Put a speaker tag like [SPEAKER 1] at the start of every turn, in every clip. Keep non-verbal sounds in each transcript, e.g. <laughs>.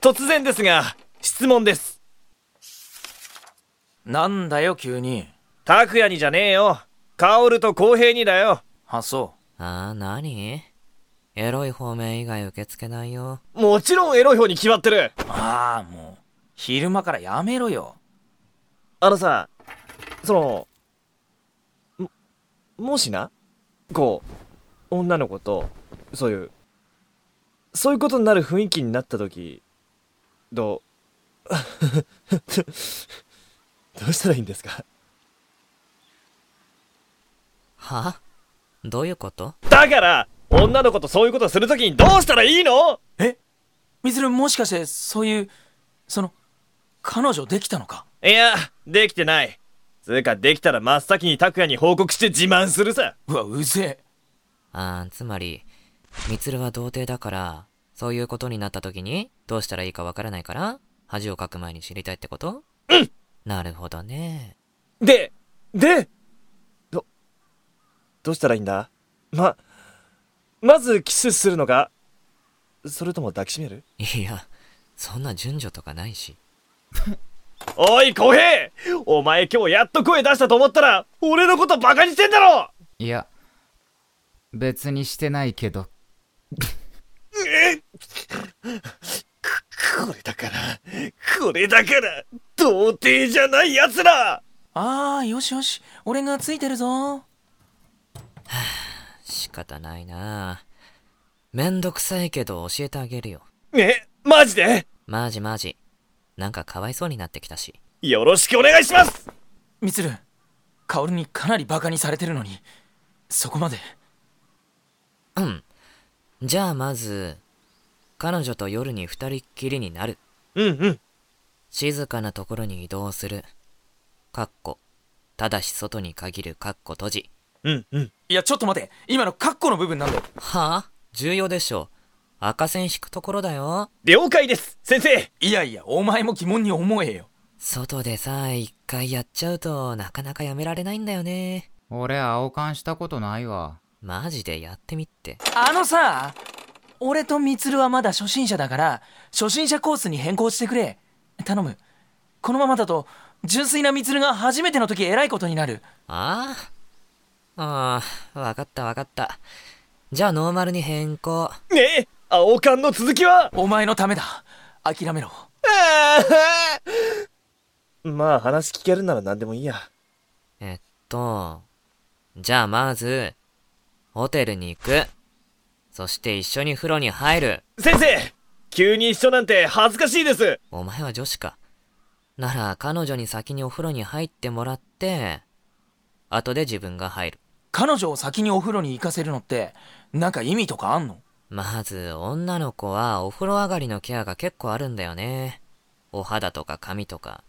[SPEAKER 1] 突然ですが、質問です。
[SPEAKER 2] なんだよ、急に。
[SPEAKER 1] 拓也にじゃねえよ。カオルと公平にだよ。
[SPEAKER 2] あ、そ
[SPEAKER 3] ああ、なにエロい方面以外受け付けないよ。
[SPEAKER 1] もちろんエロい方に決まってる。
[SPEAKER 2] う。ああ、もう。昼間からやめろよ。
[SPEAKER 1] あのさ、その、も、もしな、こう、女の子と、そういう、そういうことになる雰囲気になった時、どう、 <laughs> どうしたらいいんですか
[SPEAKER 3] はどういうこと
[SPEAKER 1] だから、女の子とそういうことするときにどうしたらいいの
[SPEAKER 2] えみつるもしかして、そういう、その、彼女できたのか
[SPEAKER 1] いや、できてない。つうか、できたら真っ先に拓也に報告して自慢するさ。
[SPEAKER 2] うわ、うぜ
[SPEAKER 3] ああ、つまり、みつるは童貞だから、そういうことになった時に、どうしたらいいかわからないから、恥をかく前に知りたいってことうんなるほどね。
[SPEAKER 1] で、で、ど、どうしたらいいんだま、まずキスするのかそれとも抱きしめる
[SPEAKER 3] いや、そんな順序とかないし。
[SPEAKER 1] おい、小平お前今日やっと声出したと思ったら、俺のことバカにしてんだろ
[SPEAKER 4] いや、別にしてないけど、
[SPEAKER 1] これだから、これだから、童貞じゃない奴ら
[SPEAKER 2] ああ、よしよし。俺がついてるぞ。
[SPEAKER 3] 仕方ないなめんどくさいけど教えてあげるよ。
[SPEAKER 1] え、マジで
[SPEAKER 3] マジマジ。なんかかわいそうになってきたし。
[SPEAKER 1] よろしくお願いします
[SPEAKER 2] みつる、カオルにかなりバカにされてるのに、そこまで。
[SPEAKER 3] じゃあまず、彼女と夜に二人っきりになる。
[SPEAKER 1] うんうん。
[SPEAKER 3] 静かなところに移動する。かっこ。ただし外に限るかっこ閉じ。
[SPEAKER 1] うんうん。
[SPEAKER 2] いや、ちょっと待て。今のカッコの部分なんだよ。
[SPEAKER 3] はあ重要でしょう。赤線引くところだよ。
[SPEAKER 1] 了解です先生
[SPEAKER 2] いやいや、お前も疑問に思えよ。
[SPEAKER 3] 外でさ、一回やっちゃうとなかなかやめられないんだよね。
[SPEAKER 4] 俺青缶したことないわ。
[SPEAKER 3] マジでやってみって。
[SPEAKER 2] あのさ、俺とみつるはまだ初心者だから、初心者コースに変更してくれ。頼む。このままだと、純粋なみつるが初めての時偉いことになる。
[SPEAKER 3] ああああ、わかったわかった。じゃあノーマルに変更。
[SPEAKER 1] ねえ青缶の続きは
[SPEAKER 2] お前のためだ。諦めろ。
[SPEAKER 1] <laughs> まあ話聞けるなら何でもいいや。
[SPEAKER 3] えっと、じゃあまず、ホテルに行く。そして一緒に風呂に入る。
[SPEAKER 1] 先生急に一緒なんて恥ずかしいです
[SPEAKER 3] お前は女子か。なら彼女に先にお風呂に入ってもらって、後で自分が入る。
[SPEAKER 2] 彼女を先にお風呂に行かせるのって、なんか意味とかあんの
[SPEAKER 3] まず、女の子はお風呂上がりのケアが結構あるんだよね。お肌とか髪とか。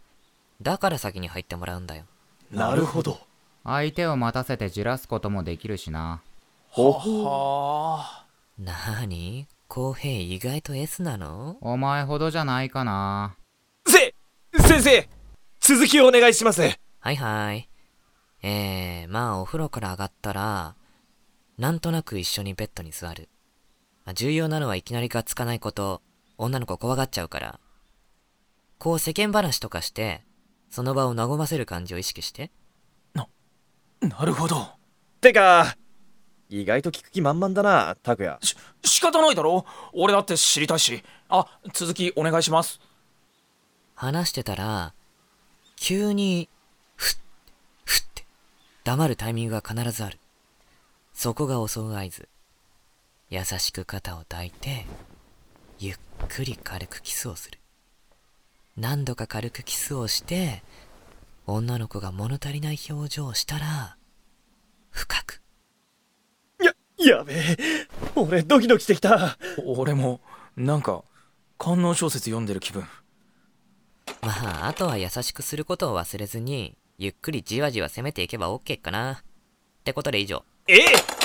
[SPEAKER 3] だから先に入ってもらうんだよ。
[SPEAKER 1] なるほど。
[SPEAKER 4] 相手を待たせてじらすこともできるしな。
[SPEAKER 2] はあ。
[SPEAKER 3] なーに公平意外と S なの
[SPEAKER 4] お前ほどじゃないかな。
[SPEAKER 1] せ、先生続きをお願いします。
[SPEAKER 3] はいはい。えー、まあお風呂から上がったら、なんとなく一緒にベッドに座る。まあ重要なのはいきなりがっつかないこと、女の子怖がっちゃうから。こう世間話とかして、その場を和ませる感じを意識して。
[SPEAKER 2] なるほど。
[SPEAKER 1] てか、意外と聞く気満々だな、拓也。
[SPEAKER 2] し、仕方ないだろ俺だって知りたいし。あ、続きお願いします。
[SPEAKER 3] 話してたら、急に、ふっ、ふって、黙るタイミングが必ずある。そこが襲う合図。優しく肩を抱いて、ゆっくり軽くキスをする。何度か軽くキスをして、女の子が物足りない表情をしたら、深く。
[SPEAKER 1] や、やべえ。俺ドキドキしてきた。
[SPEAKER 2] 俺も、なんか、観音小説読んでる気分。
[SPEAKER 3] まあ、あとは優しくすることを忘れずに、ゆっくりじわじわ攻めていけば OK かな。ってことで以上。
[SPEAKER 1] え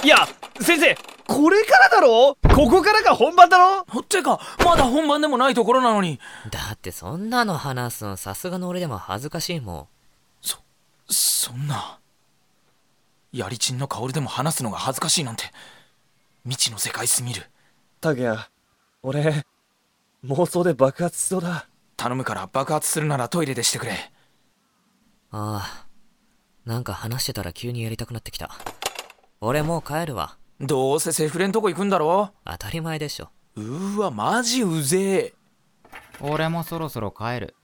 [SPEAKER 1] いや、先生これからだろここからが本番だろ
[SPEAKER 2] てか、まだ本番でもないところなのに、
[SPEAKER 3] だってそんなの話すのさすがの俺でも恥ずかしいも
[SPEAKER 2] そんな。やりちんの香りでも話すのが恥ずかしいなんて、未知の世界すぎる。
[SPEAKER 1] 拓也、俺、妄想で爆発しそうだ。
[SPEAKER 2] 頼むから爆発するならトイレでしてくれ
[SPEAKER 3] ああ、なんか話してたら急にやりたくなってきた。俺もう帰るわ。
[SPEAKER 2] どうせセフレんとこ行くんだろ
[SPEAKER 3] 当たり前でしょ。
[SPEAKER 2] うーわマジうぜえ
[SPEAKER 4] 俺もそろそろ帰る。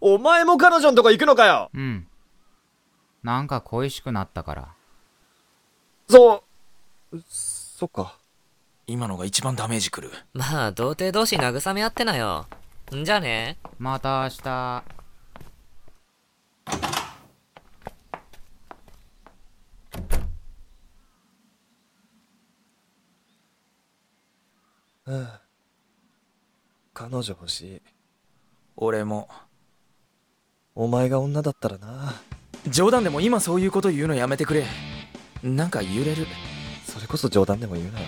[SPEAKER 1] お前も彼女のとこ行くのかよ
[SPEAKER 4] うん。なんか恋しくなったから。
[SPEAKER 1] そう、そっか。
[SPEAKER 2] 今のが一番ダメージくる
[SPEAKER 3] まあ、童貞同士慰め合ってなよ。んじゃあね。
[SPEAKER 4] また明日。
[SPEAKER 1] 彼女欲しい。
[SPEAKER 2] 俺も
[SPEAKER 1] お前が女だったらな。
[SPEAKER 2] 冗談でも今そういうこと言うのやめてくれなんか揺れる
[SPEAKER 1] それこそ冗談でも言うなよ。